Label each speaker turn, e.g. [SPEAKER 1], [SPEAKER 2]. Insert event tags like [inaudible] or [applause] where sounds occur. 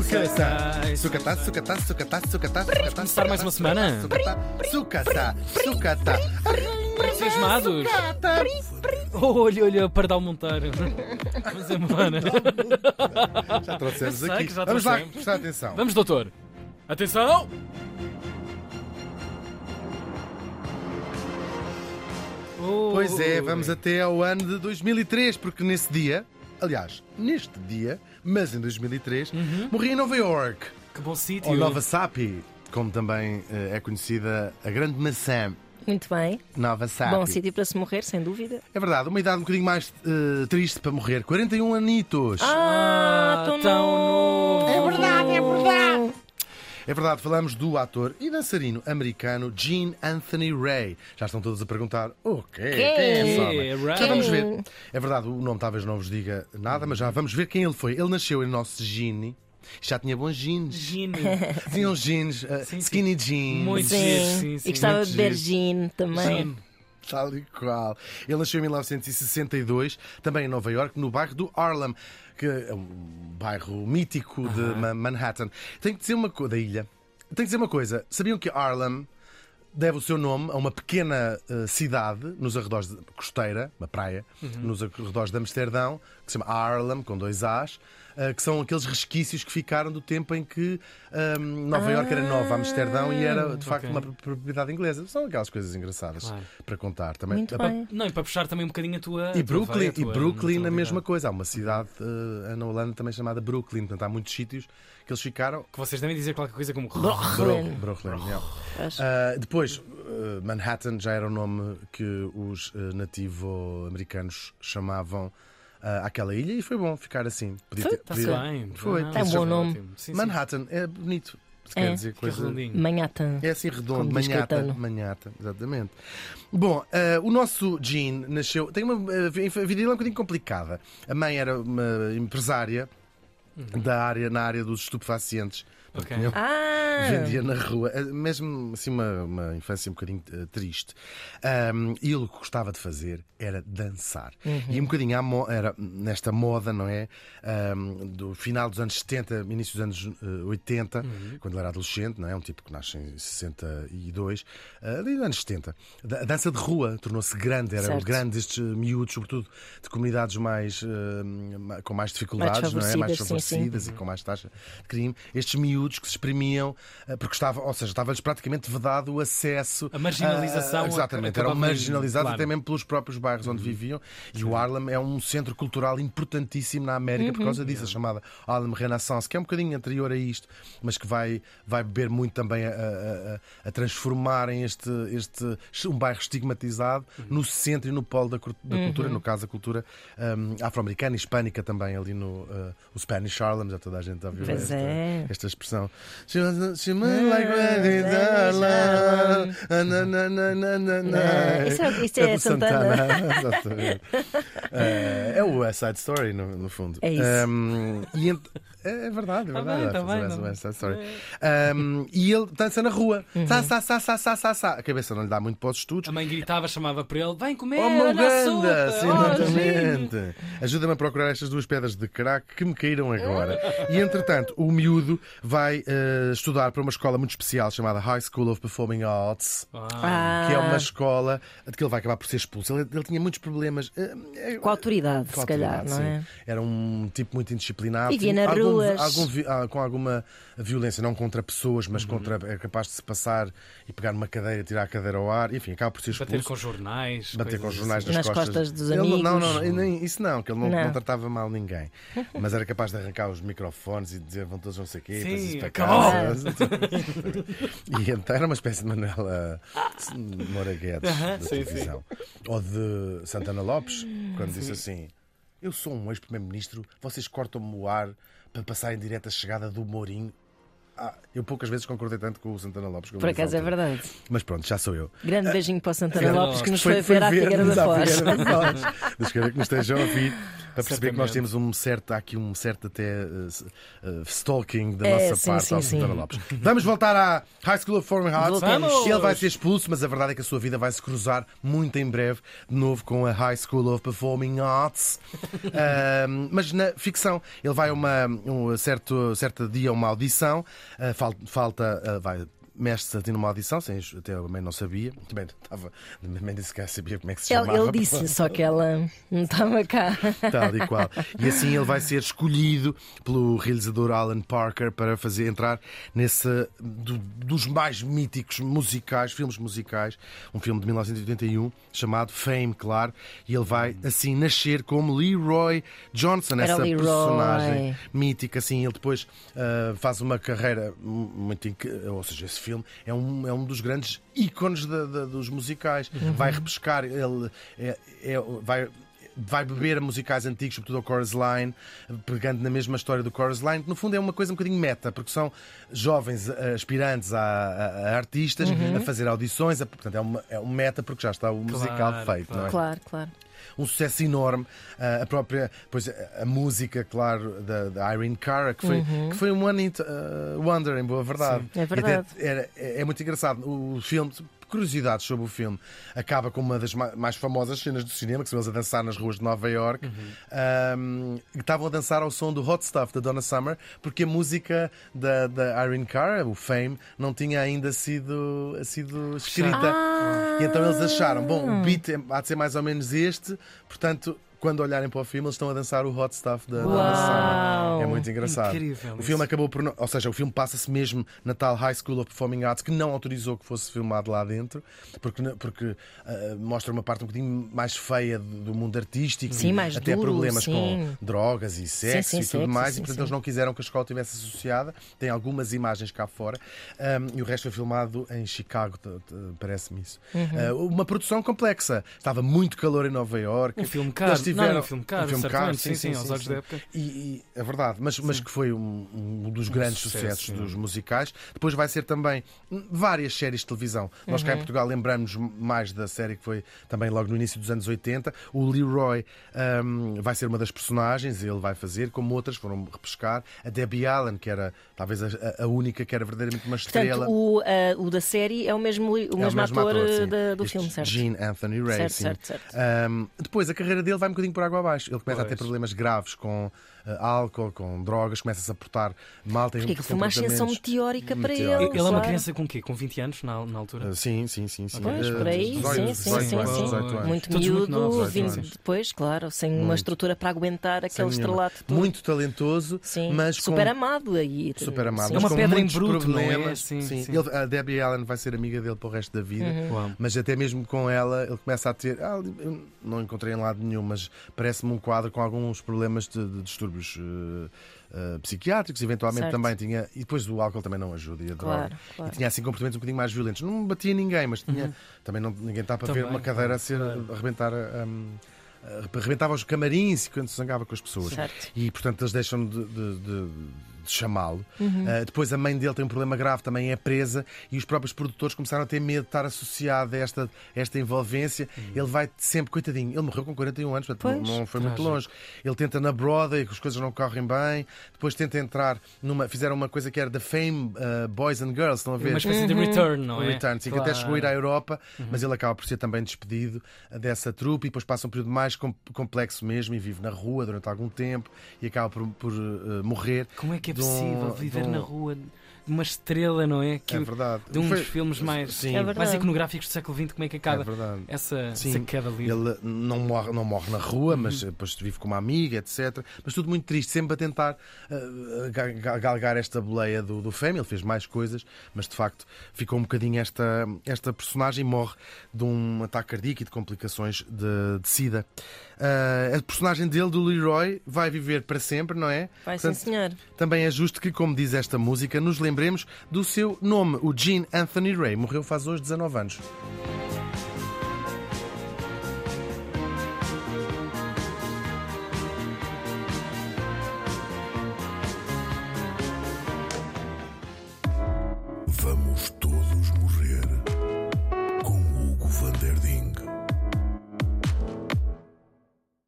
[SPEAKER 1] Sucatá, sucatá, sucatá, sucatá, sucatá. Vamos
[SPEAKER 2] começar mais uma semana?
[SPEAKER 1] Sucatá, sucatá.
[SPEAKER 2] Entusiasmados?
[SPEAKER 1] Sucatá.
[SPEAKER 2] Olha, olha, Pardal Monteiro. Vamos embora.
[SPEAKER 1] Já trouxemos
[SPEAKER 2] Eu sei
[SPEAKER 1] aqui.
[SPEAKER 2] que já
[SPEAKER 1] Vamos lá,
[SPEAKER 2] trouxemos.
[SPEAKER 1] prestar atenção.
[SPEAKER 2] Vamos, doutor. Atenção!
[SPEAKER 1] Pois é, vamos até ao ano de 2003, porque nesse dia, aliás, neste dia, mas em 2003,
[SPEAKER 2] Uhum.
[SPEAKER 1] morri em Nova York.
[SPEAKER 2] Que bom sítio.
[SPEAKER 1] Ou Nova Sapi, como também eh, é conhecida a grande maçã.
[SPEAKER 3] Muito bem.
[SPEAKER 1] Nova Sapi.
[SPEAKER 3] Bom sítio para se morrer, sem dúvida.
[SPEAKER 1] É verdade, uma idade um bocadinho mais eh, triste para morrer. 41 anitos.
[SPEAKER 3] Ah, tão novo.
[SPEAKER 2] novo.
[SPEAKER 1] verdade, é verdade. É verdade, falamos do ator e dançarino americano Gene Anthony Ray. Já estão todos a perguntar: o quê? Quem é esse homem?
[SPEAKER 2] Ray?
[SPEAKER 1] Já vamos ver. É verdade, o nome talvez não vos diga nada, mas já vamos ver quem ele foi. Ele nasceu em nosso Gene. Já tinha bons jeans.
[SPEAKER 2] Gino.
[SPEAKER 1] Tinham jeans, eh,
[SPEAKER 2] Sim, sim.
[SPEAKER 1] skinny jeans.
[SPEAKER 2] Muito giro,
[SPEAKER 3] Sim.
[SPEAKER 2] sim, sim.
[SPEAKER 3] E gostava
[SPEAKER 1] Muito
[SPEAKER 3] de beber
[SPEAKER 1] giro.
[SPEAKER 3] gin também.
[SPEAKER 1] Tal e qual. Ele nasceu em 1962, também em Nova Iorque, no bairro do Harlem, que é um bairro mítico de Ma- Manhattan. Tenho que dizer uma coisa da ilha. Tenho que dizer uma coisa. Sabiam que Harlem deve o seu nome a uma pequena eh, cidade nos arredores de costeira, uma praia, nos arredores de Amsterdão, que se chama Harlem, com dois As, eh, que são aqueles resquícios que ficaram do tempo em que eh, Nova Iorque era nova Amsterdão e era de facto
[SPEAKER 2] Ok.
[SPEAKER 1] uma propriedade inglesa. São aquelas coisas engraçadas
[SPEAKER 2] Claro.
[SPEAKER 1] para contar também.
[SPEAKER 3] Muito
[SPEAKER 1] Ah, pá,
[SPEAKER 3] bem.
[SPEAKER 2] Não, e para puxar também um bocadinho a tua. a tua
[SPEAKER 1] E
[SPEAKER 2] veia, a
[SPEAKER 1] Brooklyn, e
[SPEAKER 2] tua
[SPEAKER 1] Brooklyn a
[SPEAKER 2] naturalidade.
[SPEAKER 1] mesma coisa. Há uma cidade eh, na Holanda também chamada Brooklyn. Portanto, há muitos sítios que eles ficaram.
[SPEAKER 2] Que vocês devem dizer qualquer coisa como.
[SPEAKER 1] Brooklyn. Brooklyn, yeah.
[SPEAKER 3] Acho.
[SPEAKER 1] Ah, depois, eh, Manhattan já era o nome que os eh, nativo-americanos chamavam ah, àquela ilha e foi bom ficar assim. Podia ter-
[SPEAKER 3] Tá
[SPEAKER 2] Está-se
[SPEAKER 1] podia-
[SPEAKER 2] tá bem.
[SPEAKER 1] Foi.
[SPEAKER 2] Não,
[SPEAKER 1] Tem um
[SPEAKER 2] isso
[SPEAKER 3] bom
[SPEAKER 2] é
[SPEAKER 3] nome.
[SPEAKER 2] ótimo. Sim, sim.
[SPEAKER 1] Manhattan é bonito. Se
[SPEAKER 3] É.
[SPEAKER 1] quer dizer
[SPEAKER 2] Fica
[SPEAKER 1] coisa.
[SPEAKER 2] redondinho.
[SPEAKER 3] Manhattan.
[SPEAKER 1] É assim redondo,
[SPEAKER 3] Como diz
[SPEAKER 1] manhata,
[SPEAKER 3] Caetano.
[SPEAKER 1] manhata, exatamente. Bom, eh, o nosso Gene nasceu. Tem uma eh, vi- a vida dele é um bocadinho complicada. A mãe era uma empresária da área, na área dos estupefacientes.
[SPEAKER 2] Ok.
[SPEAKER 1] Portanto,
[SPEAKER 3] Ah,
[SPEAKER 1] Vendia na rua, Eh, mesmo assim uma, uma infância um bocadinho eh, triste. Ahm, e ele o que gostava de fazer era dançar.
[SPEAKER 3] Uhum.
[SPEAKER 1] E um bocadinho à mo- era nesta moda, não é? Ahm, do final dos anos 70, início dos anos eh, 80,
[SPEAKER 3] Uhum.
[SPEAKER 1] quando ele era adolescente, não é? Um tipo que nasce em 62, eh, ali nos anos 70. Da- A dança de rua tornou-se grande, era
[SPEAKER 3] Certo.
[SPEAKER 1] grande estes eh, miúdos, sobretudo de comunidades mais, eh, ma- com mais dificuldades, não é? Mais
[SPEAKER 3] favorecidas, sim, sim.
[SPEAKER 1] vidas e com mais taxa de crime, estes miúdos que se exprimiam, eh, porque estava, ou seja, estava-lhes praticamente vedado o acesso.
[SPEAKER 2] A marginalização
[SPEAKER 1] ah, exatamente,
[SPEAKER 2] acabava
[SPEAKER 1] eram marginalizados
[SPEAKER 2] mesmo, claro.
[SPEAKER 1] até mesmo pelos próprios bairros onde viviam. E o Harlem é um centro cultural importantíssimo na América
[SPEAKER 3] Uhum.
[SPEAKER 1] por causa disso, a chamada Harlem Renaissance, que é um bocadinho anterior a isto, mas que vai, vai beber muito também a, a- a- a transformarem este, este um bairro estigmatizado no centro e no polo da, cur- da cultura,
[SPEAKER 3] Uhum.
[SPEAKER 1] no caso a cultura hum, afro-americana e hispânica também, ali no eh, o Spanish Harlem, já toda a gente ouviu
[SPEAKER 3] Pois
[SPEAKER 1] esta,
[SPEAKER 3] é. Uhum.
[SPEAKER 1] esta expressão. She was- she moved like when it is Harlem. Na, na, na, na, na, na, na.
[SPEAKER 3] Isso Uhum. é- isso é
[SPEAKER 1] do [laughs]
[SPEAKER 3] Santana.
[SPEAKER 1] Exatamente. Eh, é o West Side Story, no, no fundo.
[SPEAKER 3] É isso.
[SPEAKER 1] Ehm, e ent- é é verdade, é
[SPEAKER 2] Tá
[SPEAKER 1] verdade.
[SPEAKER 2] bem, tá
[SPEAKER 1] é
[SPEAKER 2] bem,
[SPEAKER 1] West-
[SPEAKER 2] não- É.
[SPEAKER 1] West Side Story. Ehm, e ele dança na rua.
[SPEAKER 3] Uhum.
[SPEAKER 1] Sa, sa, sa, sa, sa, sa, sa. A cabeça não lhe dá muito para os estudos.
[SPEAKER 2] A mãe gritava, chamava para ele: vem comer,
[SPEAKER 1] Oh,
[SPEAKER 2] olha a sopa,
[SPEAKER 1] Muganda! Sim,
[SPEAKER 2] oh, gente.
[SPEAKER 1] exatamente. Ajuda-me a procurar estas duas pedras de crack que me caíram agora. E entretanto, o miúdo vai eh, estudar para uma escola muito especial chamada High School of Performing Arts.
[SPEAKER 2] Ah,
[SPEAKER 3] ah,
[SPEAKER 1] Que é uma escola de que ele vai acabar por ser expulso. Ele, ele tinha muitos problemas. eh, eh,
[SPEAKER 3] Com autoridade,
[SPEAKER 1] com
[SPEAKER 3] se calhar,
[SPEAKER 1] autoridade,
[SPEAKER 3] não
[SPEAKER 1] sim.
[SPEAKER 3] é?
[SPEAKER 1] Era um tipo muito indisciplinado.
[SPEAKER 3] E via
[SPEAKER 1] tinha
[SPEAKER 3] nas
[SPEAKER 1] algum-
[SPEAKER 3] ruas.
[SPEAKER 1] algum vi- ah, com alguma violência, não contra pessoas, mas contra. É capaz de se passar e pegar uma cadeira, tirar a cadeira ao ar. Enfim, acaba por ser expulso.
[SPEAKER 2] bater com jornais.
[SPEAKER 1] Bater com os
[SPEAKER 2] coisas assim.
[SPEAKER 1] jornais nas,
[SPEAKER 3] Nas costas dos
[SPEAKER 1] Ele não- Não, não,
[SPEAKER 3] amigos.
[SPEAKER 1] não, nem- isso não, que ele não,
[SPEAKER 3] Não.
[SPEAKER 1] não tratava mal ninguém.
[SPEAKER 3] [laughs]
[SPEAKER 1] Mas era capaz de arrancar os microfones e dizer vão todos não sei o quê,
[SPEAKER 2] Sim,
[SPEAKER 1] depois isso para
[SPEAKER 2] acabou.
[SPEAKER 1] casa. [laughs] e então era uma espécie de Manuela Moura Guedes
[SPEAKER 2] Aham,
[SPEAKER 1] da
[SPEAKER 2] sim,
[SPEAKER 1] televisão. Ou de Santana Lopes, quando disse assim: Eu sou um ex-primeiro-ministro, vocês cortam-me o ar para passar em direto a chegada do Mourinho. Ah, eu poucas vezes concordei tanto com o Santana Lopes como
[SPEAKER 3] Por
[SPEAKER 1] nessa
[SPEAKER 3] acaso é
[SPEAKER 1] altura.
[SPEAKER 3] verdade.
[SPEAKER 1] Mas pronto, já sou eu.
[SPEAKER 3] Grande beijinho para o Santana
[SPEAKER 2] Figueira
[SPEAKER 3] Lopes que nos
[SPEAKER 1] Foi-
[SPEAKER 3] foi ver à Figueira
[SPEAKER 1] ver-nos
[SPEAKER 3] da
[SPEAKER 1] à
[SPEAKER 3] Foz. [laughs]
[SPEAKER 1] Figueira da Foz. Mas espero que nos esteja a ouvir. Para perceber que nós
[SPEAKER 2] Certamente.
[SPEAKER 1] temos um certo, há aqui um certo até eh, s- eh, stalking da
[SPEAKER 3] É,
[SPEAKER 1] nossa
[SPEAKER 3] sim,
[SPEAKER 1] parte
[SPEAKER 3] sim,
[SPEAKER 1] ao
[SPEAKER 3] sim.
[SPEAKER 1] Santana Lopes. Vamos voltar à High School of Foreign Arts.
[SPEAKER 2] Voltamos.
[SPEAKER 1] Ele vai ser expulso, mas a verdade é que a sua vida vai se cruzar muito em breve, de novo com a High School of Performing Arts. Ahm, mas na ficção, ele vai a uma, um certo, certo dia a uma audição, ah, fal- falta. ah, vai, Mestre-se a ter uma audição, sem, até eu também não sabia. Também, estava, também disse que sabia como é que se
[SPEAKER 3] Ele,
[SPEAKER 1] chamava.
[SPEAKER 3] ele disse, só que ela não estava cá.
[SPEAKER 1] Tal e qual. E assim ele vai ser escolhido pelo realizador Alan Parker para fazer entrar nesse do- dos mais míticos musicais, filmes musicais, um filme de 1981 chamado Fame, claro, e ele vai assim nascer como Leroy Johnson,
[SPEAKER 3] Era
[SPEAKER 1] essa
[SPEAKER 3] Leroy.
[SPEAKER 1] personagem mítica, assim, ele depois ah, faz uma carreira mu- muito inc... ou seja, esse filme é um, é um dos grandes ícones da- da- dos musicais.
[SPEAKER 3] Uhum.
[SPEAKER 1] Vai repescar, ele é- é- vai. Vai beber a musicais antigos, sobretudo ao Chorus Line, pegando na mesma história do Chorus Line, que no fundo é uma coisa um bocadinho meta, porque são jovens ah, aspirantes a, a- a artistas
[SPEAKER 3] Uhum.
[SPEAKER 1] a fazer audições, a- portanto é, uma, é um meta porque já está o musical feito, não é?
[SPEAKER 3] Claro, claro.
[SPEAKER 1] um sucesso enorme. Ah, a própria, pois a- a música, claro, da, da Irene Cara, que foi, que foi um One Hit ah, Wonder, em boa verdade.
[SPEAKER 3] Uhum. Sim, é verdade.
[SPEAKER 1] E até era- é, é muito engraçado. O, o filme. Curiosidades sobre o filme. Acaba com uma das ma- mais famosas cenas do cinema, que são eles a dançar nas ruas de Nova Iorque.
[SPEAKER 3] Uhum.
[SPEAKER 1] Ahm, e estavam a dançar ao som do Hot Stuff da Donna Summer, porque a música da, da Irene Cara, o Fame, não tinha ainda sido, sido escrita.
[SPEAKER 3] Ah,
[SPEAKER 1] E então eles acharam, bom, o beat é- há de ser mais ou menos este, portanto, quando olharem para o filme, eles estão a dançar o hot stuff da, da
[SPEAKER 3] Uau!
[SPEAKER 1] Summer. É muito engraçado.
[SPEAKER 2] Incrível
[SPEAKER 1] o filme
[SPEAKER 2] isso.
[SPEAKER 1] acabou por. não- Ou seja, o filme passa-se mesmo na tal High School of Performing Arts que não autorizou que fosse filmado lá dentro, porque, não- porque ah, mostra uma parte um bocadinho mais feia do, do mundo artístico.
[SPEAKER 3] Sim,
[SPEAKER 1] e
[SPEAKER 3] mais
[SPEAKER 1] Até
[SPEAKER 3] duro,
[SPEAKER 1] problemas
[SPEAKER 3] sim.
[SPEAKER 1] com drogas e sexo
[SPEAKER 3] sim,
[SPEAKER 1] e tudo
[SPEAKER 3] sexo,
[SPEAKER 1] mais,
[SPEAKER 3] sim,
[SPEAKER 1] e portanto
[SPEAKER 3] sim.
[SPEAKER 1] eles não quiseram que a escola estivesse associada. Tem algumas imagens cá fora. ahm, e o resto foi filmado em Chicago, t- t- parece-me isso.
[SPEAKER 3] Uhum.
[SPEAKER 1] Ah, uma produção complexa. Estava muito calor em Nova Iorque.
[SPEAKER 2] Um filme caro.
[SPEAKER 1] Eles tiveram-
[SPEAKER 2] Não, um filme caro, certamente. Sim, sim, aos olhos da época.
[SPEAKER 1] E, e é verdade, mas, mas que foi um, um dos grandes
[SPEAKER 2] sucesso,
[SPEAKER 1] sucessos
[SPEAKER 2] sim.
[SPEAKER 1] dos musicais. Depois vai ser também hum, várias séries de televisão. Nós
[SPEAKER 3] Uhum.
[SPEAKER 1] cá em Portugal lembramos mais da série que foi também logo no início dos anos 80. O Leroy hum, vai ser uma das personagens, ele vai fazer, como outras foram repescar. A Debbie Allen, que era talvez a, a única que era verdadeiramente uma estrela.
[SPEAKER 3] Portanto, o, ah, o da série é o mesmo, li-
[SPEAKER 1] É
[SPEAKER 3] o mesmo, ator,
[SPEAKER 1] sim.
[SPEAKER 3] ah, da- do
[SPEAKER 1] Este
[SPEAKER 3] filme, certo?
[SPEAKER 1] Gene Anthony Ray.
[SPEAKER 3] Certo,
[SPEAKER 1] sim.
[SPEAKER 3] certo, certo.
[SPEAKER 1] Ahm, depois, a carreira dele vai um bocadinho por água abaixo. Ele começa a ter
[SPEAKER 2] Pois.
[SPEAKER 1] problemas graves com ah, álcool, com drogas, começa-se a portar mal. Tem
[SPEAKER 3] Porque aquilo é foi uma ascensão
[SPEAKER 1] comportamentos-
[SPEAKER 3] meteórica para ele.
[SPEAKER 1] Meteórica.
[SPEAKER 2] Ele é uma
[SPEAKER 3] claro.
[SPEAKER 2] criança com o quê? Com 20 anos na, na altura?
[SPEAKER 1] Ah, Sim, sim, sim. sim.
[SPEAKER 3] Pois,
[SPEAKER 1] Ah,
[SPEAKER 3] por aí, sim, sim,
[SPEAKER 1] 18
[SPEAKER 3] sim,
[SPEAKER 1] anos,
[SPEAKER 3] sim.
[SPEAKER 1] 18 anos.
[SPEAKER 3] Muito
[SPEAKER 2] Todos muito
[SPEAKER 3] miúdo,
[SPEAKER 2] novos,
[SPEAKER 3] vindo
[SPEAKER 1] anos.
[SPEAKER 3] depois, claro, sem uma estrutura para aguentar
[SPEAKER 1] Sem
[SPEAKER 3] aquele
[SPEAKER 1] nenhuma.
[SPEAKER 3] estrelato todo.
[SPEAKER 1] Muito talentoso,
[SPEAKER 3] Sim,
[SPEAKER 1] mas com-
[SPEAKER 3] super amado aí.
[SPEAKER 1] Super amado.
[SPEAKER 3] Sim.
[SPEAKER 2] É uma
[SPEAKER 1] mas com
[SPEAKER 2] pedra em
[SPEAKER 1] muitos
[SPEAKER 2] bruto, não é?
[SPEAKER 1] problemas.
[SPEAKER 2] Sim,
[SPEAKER 1] Sim.
[SPEAKER 2] sim.
[SPEAKER 1] Ele- a Debbie Allen vai ser amiga dele para o resto da vida.
[SPEAKER 3] Uhum.
[SPEAKER 2] Uau.
[SPEAKER 1] Mas até mesmo com ela, ele começa a ter. ah, eu não encontrei em lado nenhum, mas parece-me um quadro com alguns problemas de, de distúrbios eh, eh, psiquiátricos, eventualmente
[SPEAKER 3] Certo.
[SPEAKER 1] também tinha. E depois o álcool também não ajuda, e a droga.
[SPEAKER 3] Claro, claro. Uhum.
[SPEAKER 1] E tinha assim comportamentos um bocadinho mais violentos. Não batia ninguém, mas tinha. Também não, ninguém está para ver
[SPEAKER 2] Também,
[SPEAKER 1] uma cadeira a ser. a arrebentar. hum, a- arrebentava os camarins quando se zangava com as pessoas.
[SPEAKER 3] Certo.
[SPEAKER 1] E portanto eles deixam de, de- de- de chamá-lo.
[SPEAKER 2] Uhum.
[SPEAKER 1] Ah, depois a mãe dele tem um problema grave, também é presa, e os próprios produtores começaram a ter medo de estar associado a esta, esta envolvência.
[SPEAKER 2] Uhum.
[SPEAKER 1] Ele vai sempre, coitadinho, ele morreu com 41 anos, portanto não,
[SPEAKER 3] Pois.
[SPEAKER 1] não foi muito longe. Ele tenta na Broadway, que as coisas não correm bem, depois tenta entrar numa. Fizeram uma coisa que era The Fame ah, Boys and Girls, estão a ver?
[SPEAKER 2] É Uma espécie de return, não
[SPEAKER 1] O
[SPEAKER 2] é?
[SPEAKER 1] Return, sim, que até
[SPEAKER 2] Claro. Uhum.
[SPEAKER 1] chegou a ir à Europa, mas ele acaba por ser também despedido eh, dessa trupe e depois passa um período mais com- complexo mesmo e vive na rua durante algum tempo e acaba por, por, eh, morrer.
[SPEAKER 2] Como é que é
[SPEAKER 1] de um-
[SPEAKER 2] possível viver
[SPEAKER 1] de um-
[SPEAKER 2] na rua de uma estrela, não é? Que
[SPEAKER 1] É verdade.
[SPEAKER 2] de um
[SPEAKER 1] Foi-
[SPEAKER 2] dos filmes mais,
[SPEAKER 1] Sim,
[SPEAKER 3] É verdade.
[SPEAKER 2] mais iconográficos do século XX, como é que
[SPEAKER 1] é
[SPEAKER 2] acaba
[SPEAKER 1] verdade.
[SPEAKER 2] essa,
[SPEAKER 1] Sim,
[SPEAKER 2] essa queda livre?
[SPEAKER 1] Ele não morre, não morre na rua, mas eh, depois vive com uma amiga, etc. Mas tudo muito triste, sempre a tentar eh, ga- ga- galgar esta boleia do, do Fêmea. Ele fez mais coisas, mas de facto ficou um bocadinho esta, esta personagem. Morre de um ataque cardíaco e de complicações de, de sida. Ah, a personagem dele, do Leroy, vai viver para sempre, não é?
[SPEAKER 3] Vai sim,
[SPEAKER 1] Portanto,
[SPEAKER 3] senhor.
[SPEAKER 1] também é justo que, como diz esta música, nos lembremos do seu nome, o Gene Anthony Ray. Morreu faz hoje 19 anos.
[SPEAKER 4] Vamos todos morrer com Hugo Vanderding.